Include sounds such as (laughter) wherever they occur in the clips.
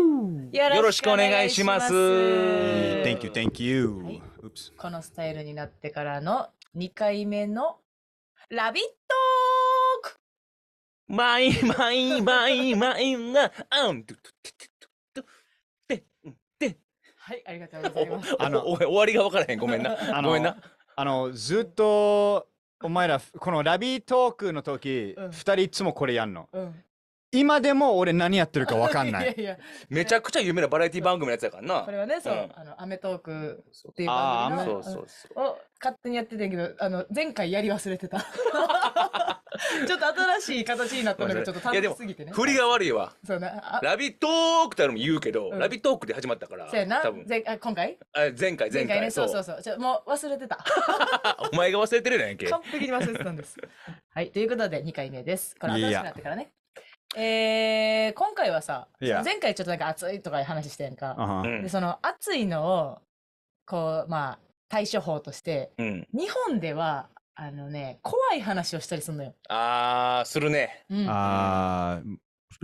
よろしくお願いします。 Thank you, thank you. はい Oops. このスタイルになってからの2回目のラビットークマイマイマイマイな、あん、はい、ありがとうございます。ああの、のお終わりが分からへん、ごめんな。あのごめんな。あの、ずっと、お前ら、このラビートークの時、うん二人いつもこれやんの。 (laughs) うん。今でも俺何やってるかわかんない。いやいや、めちゃくちゃ有名なバラエティ番組のやつやからな。これはね、そう、うんあの、アメトークっていうあ番ー組のそうあのそうそう。を勝手にやってたんやけど、あの、前回やり忘れ (laughs) てた。ちょっと新しい形になったのがちょっと単いやでも独すぎてね。振りが悪いわ。そうな、あ、ラビットークってあるのも言うけど、うんラビットークで始まったから、そうやな多分、前あ今回あ前回、前前回回、ね、そうそうそう。ちょもう忘れてた。あお前が忘れてるやんけ。完璧に忘れてたんです。 (laughs) はい、ということで2回目です。これい新しやくなってからね。えー、今回はさ、いや前回ちょっとなんか暑いとかいう話してん (laughs) か。あはうんで、その暑いのを、こう、まあ、対処法として、うん。日本では、あのね、怖い話をしたりするのよ。あー、するね。うん。あ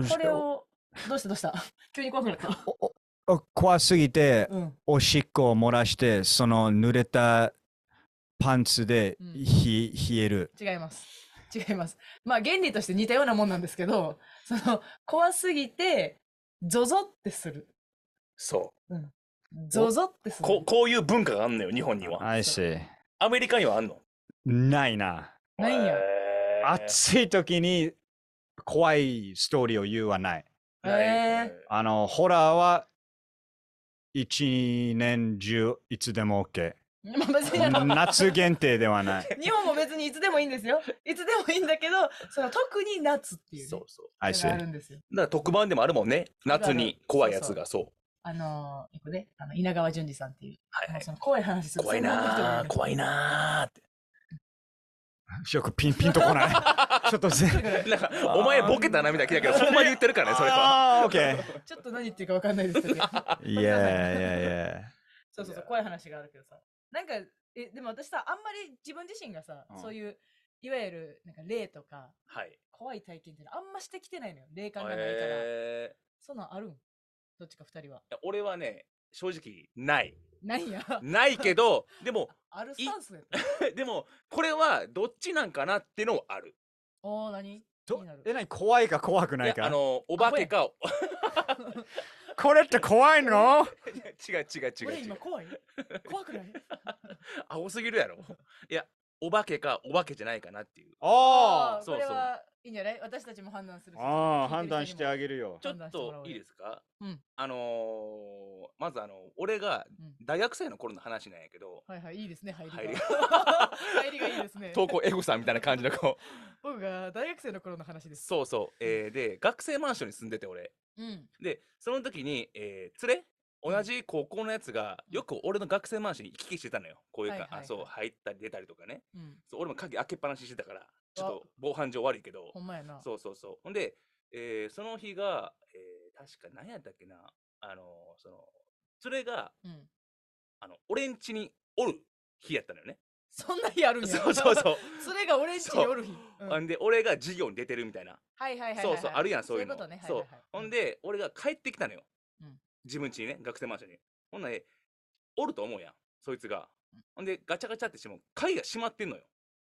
ーこれを、どうしたどうした (laughs) 急に怖くなった。お怖すぎて、うん。おしっこを漏らして、その濡れたパンツでうんひ、冷える。違います。違います。まあ、原理として似たようなもんなんですけど、その、怖すぎて、ゾゾってする。そゾゾってすう。る。ここういう文化があんのよ、日本には。 I see. アメリカにはあんの。ないな。ないんや。へー暑い時に怖いストーリーを言うはない。ないへあの、ホラーは一年中いつでも OK。 (laughs) まあ別にあの夏限定で (laughs) はない。日本も別にいつでもいいんですよ。いつでもいいんだけど、その特に夏っていう、ね、そうそう。 I のがあ see. るんですよ。だから特番でもあるもんね。夏あるあにる怖いやつが、そう。あのー、よくね、あの稲川淳二さんっていう、はいはもうい。その怖い話する怖いなー、怖いなーって。よくピンピンとこない。ちょっとぜ。なんか、お前ボケたなみたいな聞い (laughs) たけど、ほんまに言ってるからね、それは。ああ、OK。い。 (laughs) ちょっと何言ってるかわかんないです (laughs) けど、いやいやいや。そうそうそう、怖い話があるけどさ。なんか、え、でも私さ、あんまり自分自身がさ、うんそういう、いわゆる、なんか霊とか、はい。怖い体験っていうのあんましてきてないのよ。霊感がないから。えーそんなんあるんどっちか二人は。いや俺はね、正直、ない。ないんや。 (laughs) ないけど、でも、 (laughs) あるスタンスやった。でも、これはどっちなんかなってのはある。おー、何気とになるえ、なに怖いか怖くないいやあか。の、お化けか、これって怖いの (laughs) 違う違う違う俺違今う。怖い怖くない (laughs) 青すぎるやろ。いや、お化けか、お化けじゃないかなっていう。あーそうそうこれはいいんじゃない私たちも判断するあ。ああ、判断してあげるよち。ょ判断っしてもらおとうよいいですかうんあのー、まずあの、俺がうん大学生の頃の話なんやけど、はいはいいいですね入りが入り入りがいいですね投稿エゴさんみたいな感じの子。 (laughs) 僕が大学生の頃の話ですそうそう。えー、で、学生マンションに住んでて俺。うんで、その時に、えー、連れ同じ高校のやつが、よく俺の学生マンションに行き来してたのよ。こういうか、はいはいはいあそう、入ったり出たりとかね。うんそう俺も鍵開けっぱなしにしてたから、ちょっわと防犯上悪いけどほ。んまやなそうそうそう。ほんで、えー、その日が、えー、確か何やったっけな、あのー、その、連れが、うんあの、俺ん家におる日やったのよね。そんな日あるんやそうそうそう。それが俺んちにおる日 (laughs) うんほんで、俺が授業に出てるみたいな。はいはいはいはいそうそうあるやんそういうのことねはいそうはいはいほんで、俺が帰ってきたのよ。うん自分家にね、学生マンションに。ほんなら、えおると思うやん、そいつが。ほんで、ガチャガチャってしても、鍵が閉まってんのよ。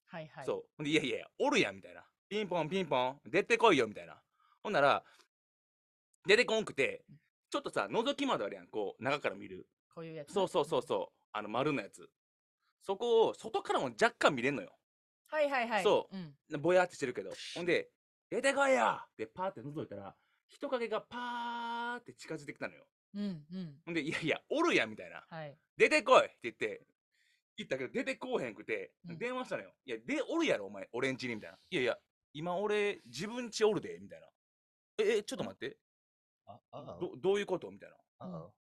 はいはいそう。ほんで、いやいやいや、おるやん、みたいな。ピンポンピンポン、出てこいよ、みたいな。ほんなら、出てこんくて、ちょっとさ、覗き窓あるやん、こう、中から見る。こういうやつなそうそうそうそう、あの丸のやつ。そこを、外からも若干見れんのよ。はいはいはいそうんなぼやーってしてるけど。ほんで、出てこいよで、パーって覗いたら、人影がパーって近づいてきたのよ。うんうんほんで、いやいや、おるやんみたいな。はい出てこいって言って、言ったけど、出てこうへんくて、うん電話したのよ。いや、で、おるやろ、お前、俺んちに、みたいな。いやいや、今俺、自分ちおるで、みたいな。え、え、ちょっと待って。どどういうことみたいな。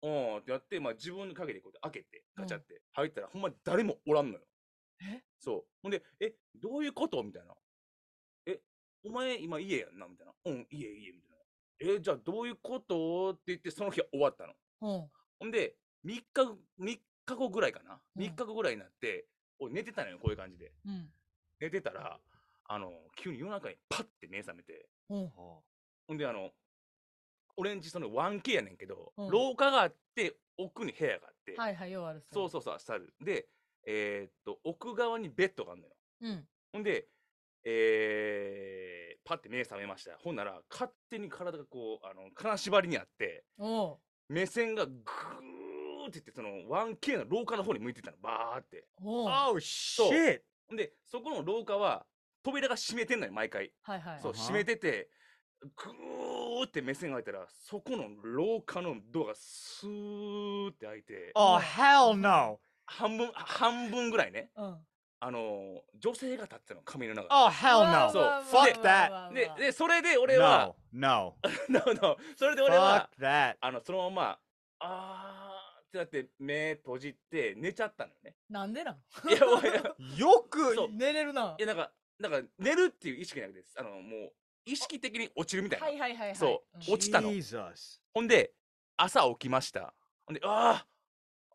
うん、ってやって、まあ自分の陰でこうやって開けて、ガチャって、入ったら、ほんまに誰もおらんのよ。えそう。ほんで、え、どういうことみたいな。え、お前今家やんなみたいな。うん、家家みたいな。え、じゃあどういうことって言って、その日は終わったの。うんほんで、3日、三日後ぐらいかな。うん3日後ぐらいになって、俺寝てたのよ、こういう感じで。うん寝てたら、あの、急に夜中にパッて目覚めて、うんほんであの、俺んちその 1K やねんけど、うん廊下があって奥に部屋があって、はいはい、ようある。そうそうそうサルでえーっと奥側にベッドがあるのよう。うん。ほんでえー、パッて目覚めましたほんなら勝手に体がこうあの金縛りにあっておう目線がグーっていってその 1K の廊下の方に向いてたのバーっておうは Oh う shit! ほんでそこの廊下は扉が閉めてんのよ毎回いはい。そうあは閉めててグーって目線が開いたらそこの廊下のドアがスーって開いて Oh うん hell no! 半分半分ぐらいねうん。あのー女性が立ってたの髪の中 Oh hell わあ no! そうわあ Fuck わあわあ that わあわあででそれで俺は No, no. No, (laughs) no それで俺 Fuck は that. あのそのままあーってなって目閉じて寝ちゃったのよ (laughs) ねなんでなんいやおい (laughs) いよくそう寝れるな。はやなんかなんか寝るっていう意識なくてあのもう意識的に落ちるみたいな、いはいはいはい。そう落ちたの Jesus. ほんで、朝起きました。ほんで、あ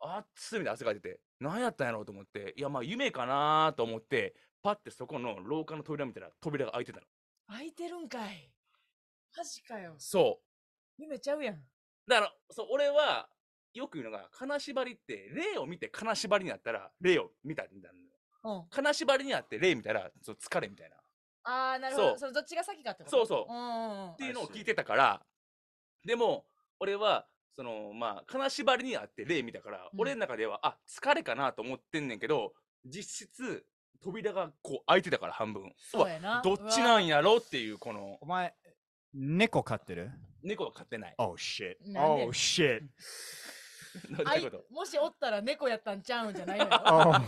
あ、あっつみたいな汗かいてて、何やったんやろうと思って、いや、まあ、夢かなと思って、パッてそこの廊下の扉見たら、扉が開いてたの。開いてるんかい。マジかよ。そ夢ちゃうやん。う。だから、そう、俺は、よく言うのが、金縛りって、霊を見て金縛りになったら、霊を見たみたいなのよ。うん。金縛りになって霊見たら、そう疲れみたいな。っああ、なるほど。そうそのどっちが先かってことそうそううんうんうんていうのを I see. 聞いてたから、でも、俺は、その、まあ、金縛りにあって霊見たから、うん俺の中では、あ、疲れかなと思ってんねんけど、実質、扉がこう開いてたから半分。そうやな。どっちなんや。やろっていう、このお、前、猫飼ってる猫は飼ってない。 ?Oh shit. なんで Oh shit. どうあいいうこともしおったら猫やったんちゃうんじゃないのよ (laughs) Oh, (laughs) 違う違う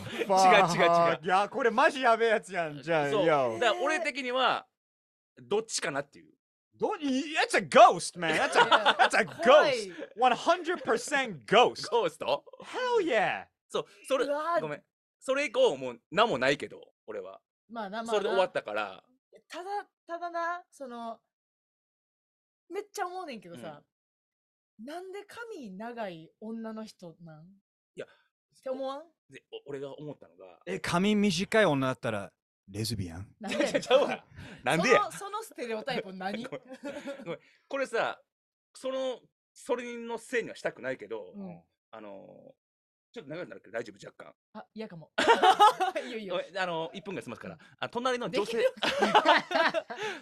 fuck. いや、これマジやべえやつやん。じゃあ、そう。 yo. だから俺的には、どっちかなっていう。 (laughs) Don't, that's a ghost, man. That's a, い (laughs) や that's a 怖い ghost. 100% ghost. ゴースト (laughs) Hell yeah. そう、それう、わーごめん。それ以降、もう、何もないけど、俺は。まあな、まあなそれで終わったから、ただ、ただな、その、めっちゃ思うねんけどさ、なんで髪長い女の人なんいやって思わんでお俺が思ったのが、え、髪短い女だったら、レズビアンなんいでや (laughs) いやちゃうわ。なんでやそのそのステレオタイプ何ごこれさそのそれのせいにはしたくないけど、うんあのちょっと長くなるけど大丈夫若干あ、嫌かも。いいよいいごよ。めんあの1分が済ますからあ隣ので女き性る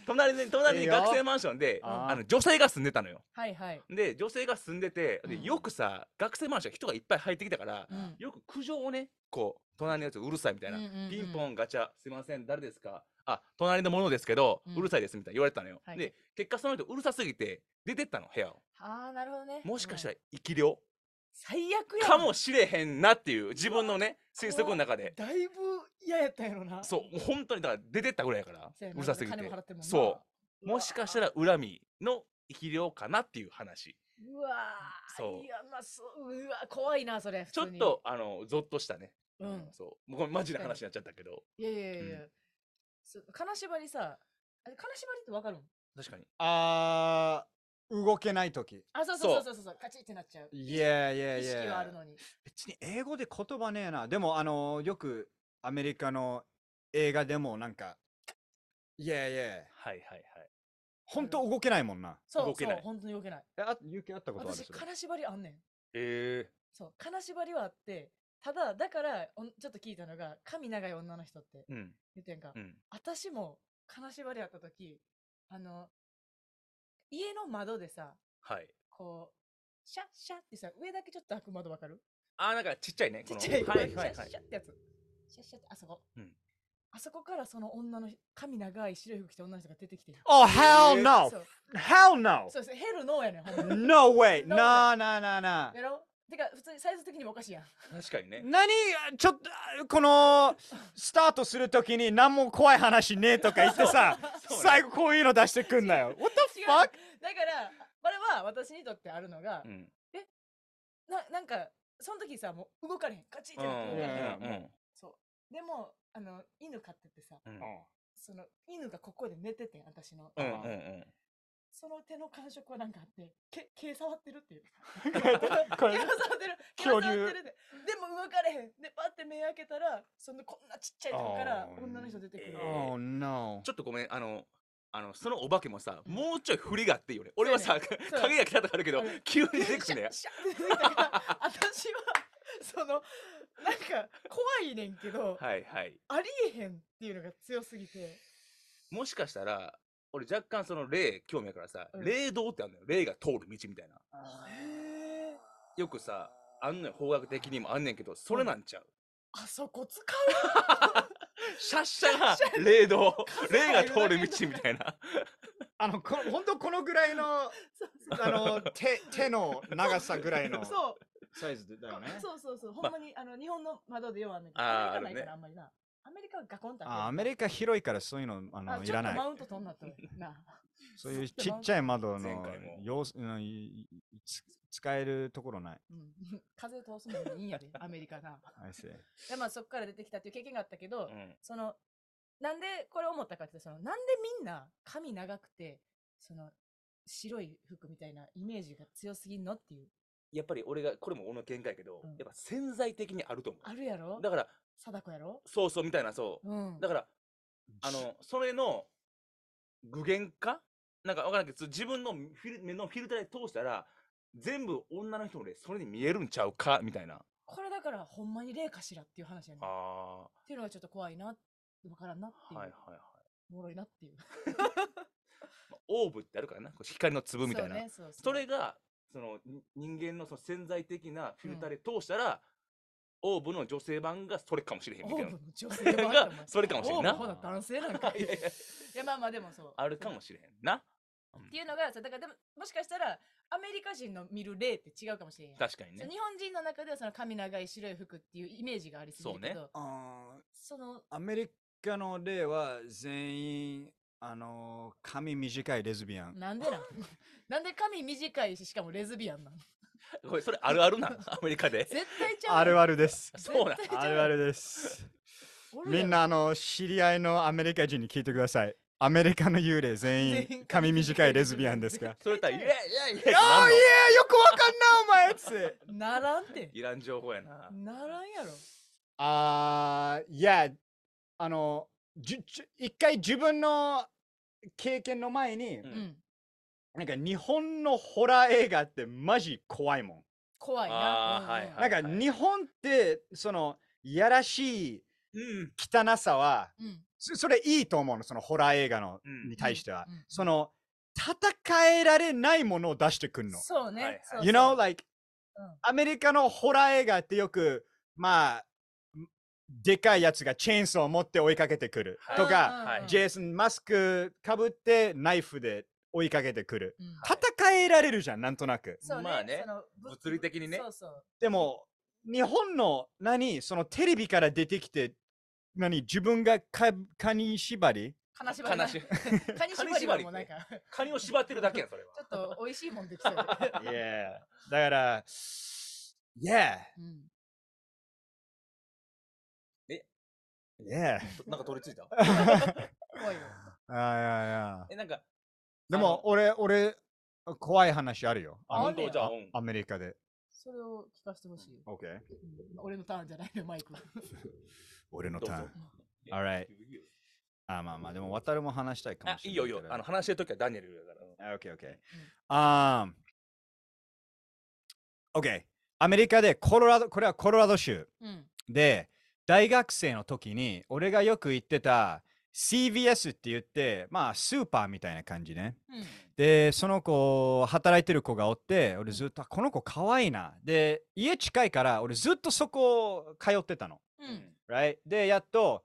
隣に隣いにいよ学生マンションでああーの女性が住んでたのよはいはい。で女性が住んでてうでんよくさ学生マンション人がいっぱい入ってきたからうんよく苦情をねこう隣のやつうるさいみたいな、うんうんうんピンポンガチャすいません誰ですかあ隣のものですけど、ううんるさいですみたいな言われてたのよ、はいで結果その人うるさすぎて出てったの部屋をああ、なるほどね。もしかしたらら生き量最悪やんかもしれへんなっていう自分のね推測の中でだいぶ嫌やったやろな。そうもう本当にだから出てったぐらいやからせやなうるさすぎ金ても払ってるもんなそうもしかしたら。ら恨みの生き量かなっていう話うわーそういや、まあ、そう、うわ、怖いな、それ。普ちょ通っにと。あのゾッとしたねうん。そうもうこれマジな確かに話になっちゃったけどいやいやいやいやう。そう金縛りさ、あれ金縛りってわかるん確かにあー、動けないとき。あ、そうそうそうそうそう、カチってなっちゃう。いやいや意いや。識はあるのに。別に英語で言葉ねえな。でも、あの、よくアメリカの映画でもなんか、いやいや、はいはいはいほんと動けないもんな。そう、動けそうない、本当に動けない。え、あ、ゆきあったことある私、それ金縛りあんねん。えそう、金縛りはあって、ただ、だから、おんちょっと聞いたのが、髪長い女の人ってえうん言ってんかう。ん私も金縛りあった時、あの、家の窓でさ、はいこう、シャッシャッってさ、上だけちょっと開く窓わかるあーなんかちっちゃいねちこっのちゃいは声いシはャいッシはャッいってやつ。シャッシャッってあそこ。うんあそこからその女の人髪長い白い服着た女の人が出てきて。 Oh, hell えー no! そう Hell no! そうです。ヘルノーやねん、ほんまに。 No way! No なあなあなあなあやろてか、普通にサイズ的にもおかしいやん。確かにね何ちょっとあこのスタートするときに何も怖い話ねえとか言ってさそうね最後こういうの出してくんなよ What (laughs) 違 the う。だか fuck? ら、これは私にとってあるのがう、んななんか、その時さ、もう動かれへん。カチンっうてんうなって動かれへん。んうんそう。でも、あの、犬飼っててさ、うんその、犬がここで寝ててん、私の。うんうんうんその手の感触はなんかあって、け毛触ってるってい (laughs) う。 (laughs) こ毛れは触ってる毛は恐触って竜るででも動かれへんでパッて目開けたらそのこんなちっちゃいとこからあー女の人出てくる、えー Oh no ちょっとごめんあのあのそのお化けもさもうちょい振りがあっていいよね俺はさ (laughs) そう影が来たとかあるけどあれ急にで出てくシるャ (laughs) ねッシャッって出てきたから私はそのなんか怖いねんけど、はいはいありえへんっていうのが強すぎてもしかしたら俺若干その霊興味やからさ、うん霊道ってあるのよ霊が通る道みたいなへーよくさあんのよ方角的にもあんねんけどそれなんちゃう、あそこ使シャッシャが霊道霊が通る道みたいなあの、こ本当このぐらいの、あの、手、 (laughs) 手の長さぐら (laughs) いうのそうサイズだよね。そうそうそう、ほんまに、あの日本の窓でようあんねんけど、あーアメリカないからああんまりな。アメリカはガコンとあアメリカ広いからそういうのあカのいらないマウント取んなと。な。そ (laughs) ういうちっちゃい窓前の回も様子うんいいつ使えるところないうん、風通すのにいいんや (laughs) で、アメリカな。 I see で、まあそこから出てきたっていう経験があったけど、うんその、なんでこれ思ったかって、その、なんでみんな髪長くて、その、白い服みたいなイメージが強すぎんのっていう、やっぱり俺がこれも俺の見解やけど、うんやっぱ潜在的にあると思あるやろうだから貞子やろそうそうみたいなそううん。だからあのそれの具現化なんか分からんけど自分のフィル目のフィルターで通したら全部女の人の霊それに見えるんちゃうかみたいなこれだからほんまに霊かしらっていう話やねん。っあていうのがちょっと怖いな、わからんなってーいう、はいはいはい、おもろいなっていう。まあオーブってあるからなこう光の粒みたいそなうね、そうそそれれがそのに人間のその潜在的なフィルターで通したら、オーブの女性版がそれかもしれへんオみたーいブなの女性でもあるが (laughs) それかもしれんなオーブの方が男性なんか (laughs) いやいやいやまあまあでもそうあるかもしれへんなっていうのがそうだからでももしかしたらアメリカ人の見る例って違うかもしれんやん確かにそうね日本人の中ではその髪長い白い服っていうイメージがありすぎるけどあそ,、のーアメリカの例は全員あの髪短いレズビアンなんでなん (laughs) なんで髪短いししかもレズビアンなんこれそれあるあるなアメリカ (laughs) で絶対ちゃうあるああるですそうなん絶対ちゃあるあるですおるやみろんなあの知り合いのアメリカ人に聞いてくださいアメリカの幽霊全全員員髪短いレズビアンですか絶それ言ったら「イエイイエイイエイ!」ってあなんあの (laughs) いやよくわかんなお前っつならんていらん情報やなならんやろあーいやあのじゅじゅ一回自分の経験の前に、うんうんなんか日本のホラー映画ってマジ怖いも怖いなうあーんうんん、はいはいなんか日本ってそのやらしいうん汚さはうんそそれいいと思うのそのホラー映画の、うんに対しては、うんうんその戦えられないものを出してくんのそうね、はいはいそうそう You know like、うんアメリカのホラー映画ってよくまあんでかいやつがチェーンソーを持って追いかけてくるはいとか、うんうんうんはいジェイソンマスクかぶってナイフで追いかけてくる。うんはい戦えられるじゃん、なんとなく。そうねまあねそのぶ物理的にねそうそう。でも、日本の何、そのテレビから出てきて、何、自分がかカニ (laughs) 縛り金縛りな。金し (laughs) 金縛り縛りはもうなんか、カニを縛ってるだけやんそれはちょっと美味しいもんできそう (laughs) やけど。いや、だから、Yeah! うん。 Yeah! なんか取り付いた (laughs) 怖いよ。あいやいや。えなんかであもの、俺、俺、怖い話あるよ。あのんねやじゃあうんアメリカで。それを聞かせてほしいよ。 OK。うん俺のターンじゃないのよ、マイク。俺のどうタぞーン。Alright あ、まあまあ、でも、渡るも話したいかあもしいれいないよいけいど。よあの話してる時はダニエルだから Okay, okay. Um, okay. アメリカでコロラド、これはコロラド州うん。で、大学生の時に、俺がよく行ってた CVS って言って、まあ、スーパーみたいな感じね。うん。で、その子、働いてる子がおって、ん俺ずっと、あこの子可愛いな。で、家近いから、俺ずっとそこ通ってたの。うん。 right? で、やっと、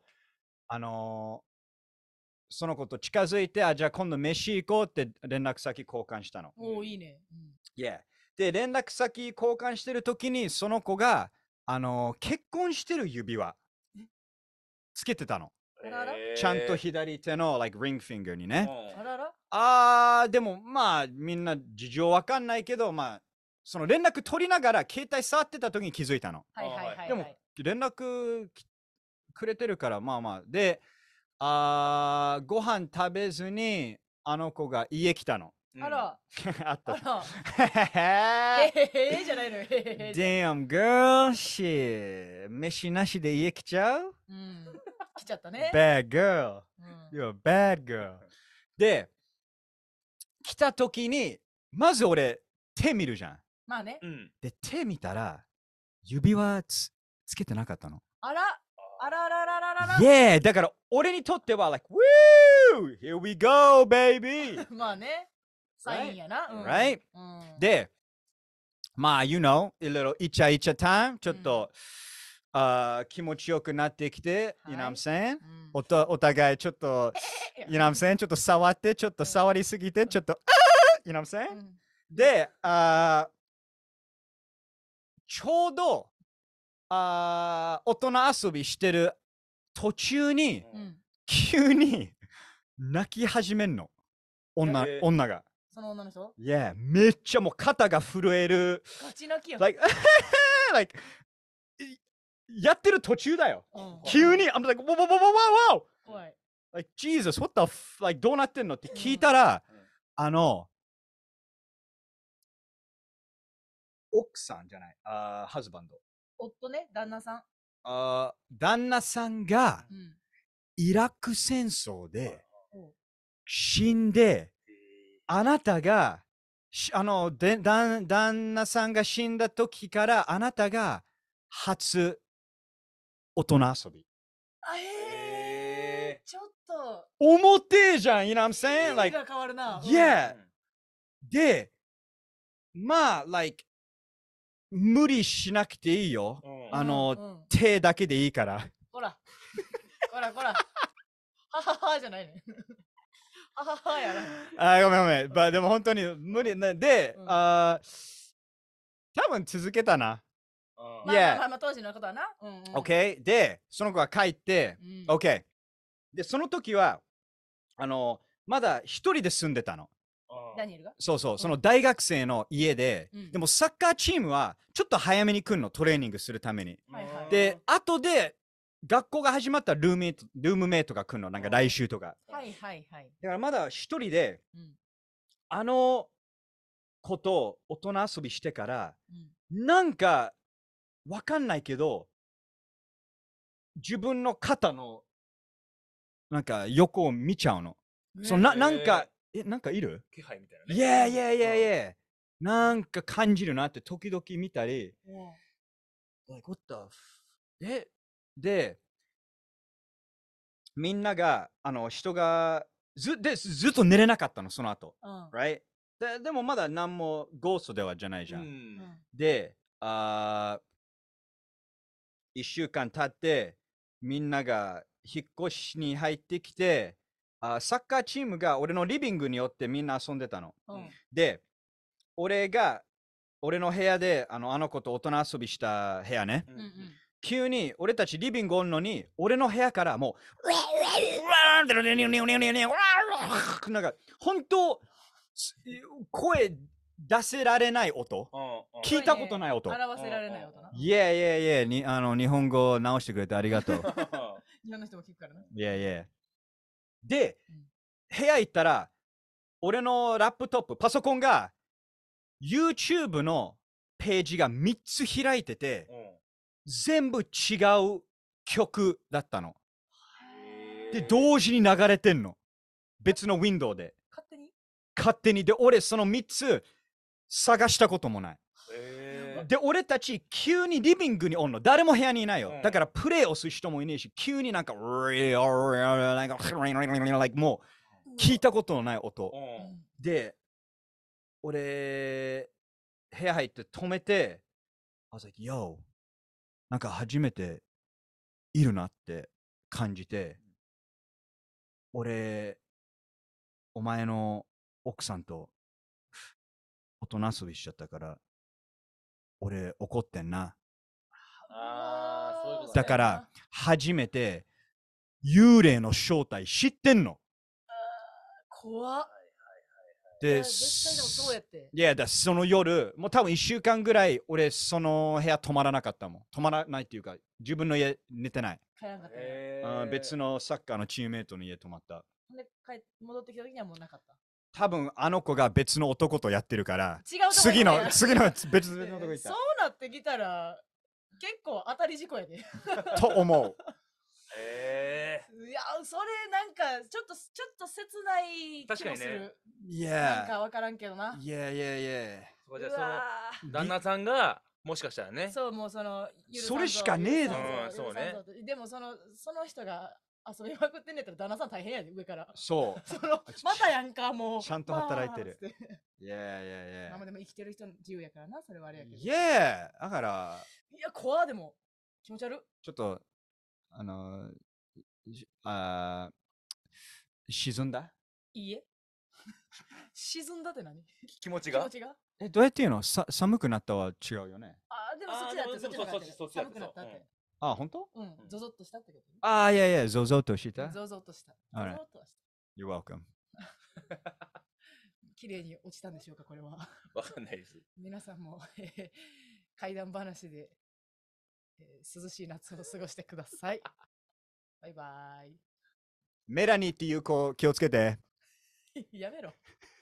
あのーその子と近づいて、あ、じゃあ今度飯行こうって連絡先交換したの。おー、いいね。うん。 Yeah. で、連絡先交換してる時に、その子が、あのー結婚してる指輪え、つけてたの。あらあらちゃんと左手の、like, ring finger にね。あららあー、でも、まあ、みんな事情わかんないけど、まあ、その連絡取りながら、携帯触ってた時に気づいたの。はいはいはいはい。でも連絡きくれてるからまあまあであーご飯食べずにあの子が家来たの (laughs) あら、あっあ (laughs) たら。へへへへへへじゃないのよ。へへへじゃ。 Damn girl shit 飯なしで家来ちゃううん。来ちゃったね。 Bad girl うん You're a bad girl で、来た時に、まず俺、手見るじゃん。まあね。うん。で、手見たら、指輪つつけてなかったの。あら、あらららららら。 Yeah! だから、俺にとっては、like, woo! Here we go, baby! (laughs) まあね。サインやな。うん Right? うんで、まあ、you know, a little イチャイチャ time, ちょっと、あー気持ちよくなってきて、you know は what いう I'm saying? んおとお互いちょっと、いや you know what I'm saying? ちょっと触って、ちょっと触りすぎて、ちょっと、あー you know what I'm う saying? んで、あーちょうど、あー大人遊びしてる途中に、うん急に泣き始めんの。女、えー女が。その女の人いや、めっちゃもう肩が震える。ガチ泣きやん。 like, like, いやってる途中だよ。うん急に、I'm like, wow, wow, wow, wow, wow! 怖い。 Like, Jesus, what the f- like, どうなってんのって聞いたら、うんうんあの、奥さんじゃない、あーハズバンド。夫ね、旦那さん。あー旦那さんがうんイラク戦争でおう死んで、あなたが、しあの、で旦旦那さんが死んだ時から、あなたが初大人遊び。あへへえ。ちょっと。思ってえじゃん、you know what 意 I'm saying? 味 Like, が変わるな。うん yeah! で、まあ、like、無理しなくていいよ。うんあのうんうん手だけでいいから。 (laughs) ほら。ほらほら。はははじゃないね。はははやな。あごめんごめん。ばでも本当に無理な。で、うんあー多分続けたな。まあ Yeah まあまあまあ当時のことはな。うんうん OK? で、その子が帰って、うん。 OK。で、その時は、あの、まだ一人で住んでたの。ダニエルがそうそう、その大学生の家で、うんでもサッカーチームはちょっと早めに来るの、トレーニングするために。はいはいで、後で学校が始まったらルーメイトルームメイトが来るの、なんか来週とか。はいはいはい。だからまだ一人で、うんあの子と大人遊びしてから、うんなんかわかんないけど、自分の肩のなんか横を見ちゃうの。そうななんか、え、なんかいる気配みたいなね。いやいやいやいやなんか感じるなって時々見たり、うん like, what the f- えで、みんなが、あの、人が、ずでずっと寝れなかったの、その後。うん。 Right? ででもまだ何もゴーストではじゃないじうゃん。うんん。で、あ1週間経って、みんなが引っ越しに入ってきて、あーサッカーチームが俺のリビングによってみんな遊んでたの。うんで、俺が、俺の部屋であのあの子と大人遊びした部屋ね、ううんうん。急に俺たちリビングおんのに、俺の部屋からもう、なんか本当、す声出せられない音、うん (laughs) 聞いたことない音。表せられない音な。いやいやいや、にあの日本語を直してくれてありが (laughs) とう。日本の人も聞くからな。いやいや。でうん、部屋行ったら、俺のラップトップ、パソコンが、YouTube のページが3つ開いてて、全部違う曲だったの。で、同時に流れてんの。別のウィンドウで。勝手に勝手に。で、俺その3つ探したこともない。えで、俺たち急にリビングにおんの。誰も部屋にいないよ。うんだからプレイをする人もいねえし、急になんか、なんか、like もう聞いたことのない音。うんで、俺、部屋入って止めて、I was like, yo, なんか初めているなって感じて、俺、お前の奥さんと大人遊びしちゃったから、俺怒ってんな。ああ、そういうことだから、初めて幽霊の正体知ってんの。怖っ。いで、や絶対でもそうやって。いや、だその夜、もう多分1週間ぐらい、俺、その部屋泊まらなかったもん。泊まらないっていうか、自分の家寝てない。帰らんかったんや。あー別。のサッカーのチームメイトの家泊まった。ほんで帰戻ってきた時にはもうなかった。多分あの子が別の男とやってるから、違うとこ次行ったんの、や次の (laughs) 別別のとこ行っそうなってきたら結構当たり事故やで。 (laughs) た。と思う。ええいや、それなんか、ちょっと、ちょっと切ない確気かもにすねる。なん Yeah. かわからんけどな。 Yeah, yeah, yeah. そうじうゃあわその旦那さんがもしかしたらーねそう、もうその、許さんぞそれしかねえだろ許さんぞうんそうね許さんぞってでもその、その人が遊びまくってんねやったら旦那さん大変やで、上から。そう。その、またやんか、もう。ちゃんと働いてるわーっつって Yeah, まあま yeah, あでも生きてる人の自由やからな、それはあれやけど。い yeah. Yeah! だから、や、怖っでも。気持ち悪っ。ちょっと、あの、しあー沈んだいいえ。沈んだって何気持ち気が持ちがえ、どうやって言うのさ寒くなったは違うよね。ああ、でもあーそっちだっでて、そっもちだそっうそてう。そう寒くなったっそうて。あ、本当ううんん、ゾゾッとしたってことね。ああ、いやいや、ゾゾとしたゾゾッとした。ゾゾ Alright ッとはした。 ?You're welcome. 綺麗に落ちたんでしょうか、これは。わかんないです皆さんも、えー怪談話で、えー涼しい夏を過ごしてください。バイバーメラニーっていう子、気をつけて。 (laughs) イ。やめろ。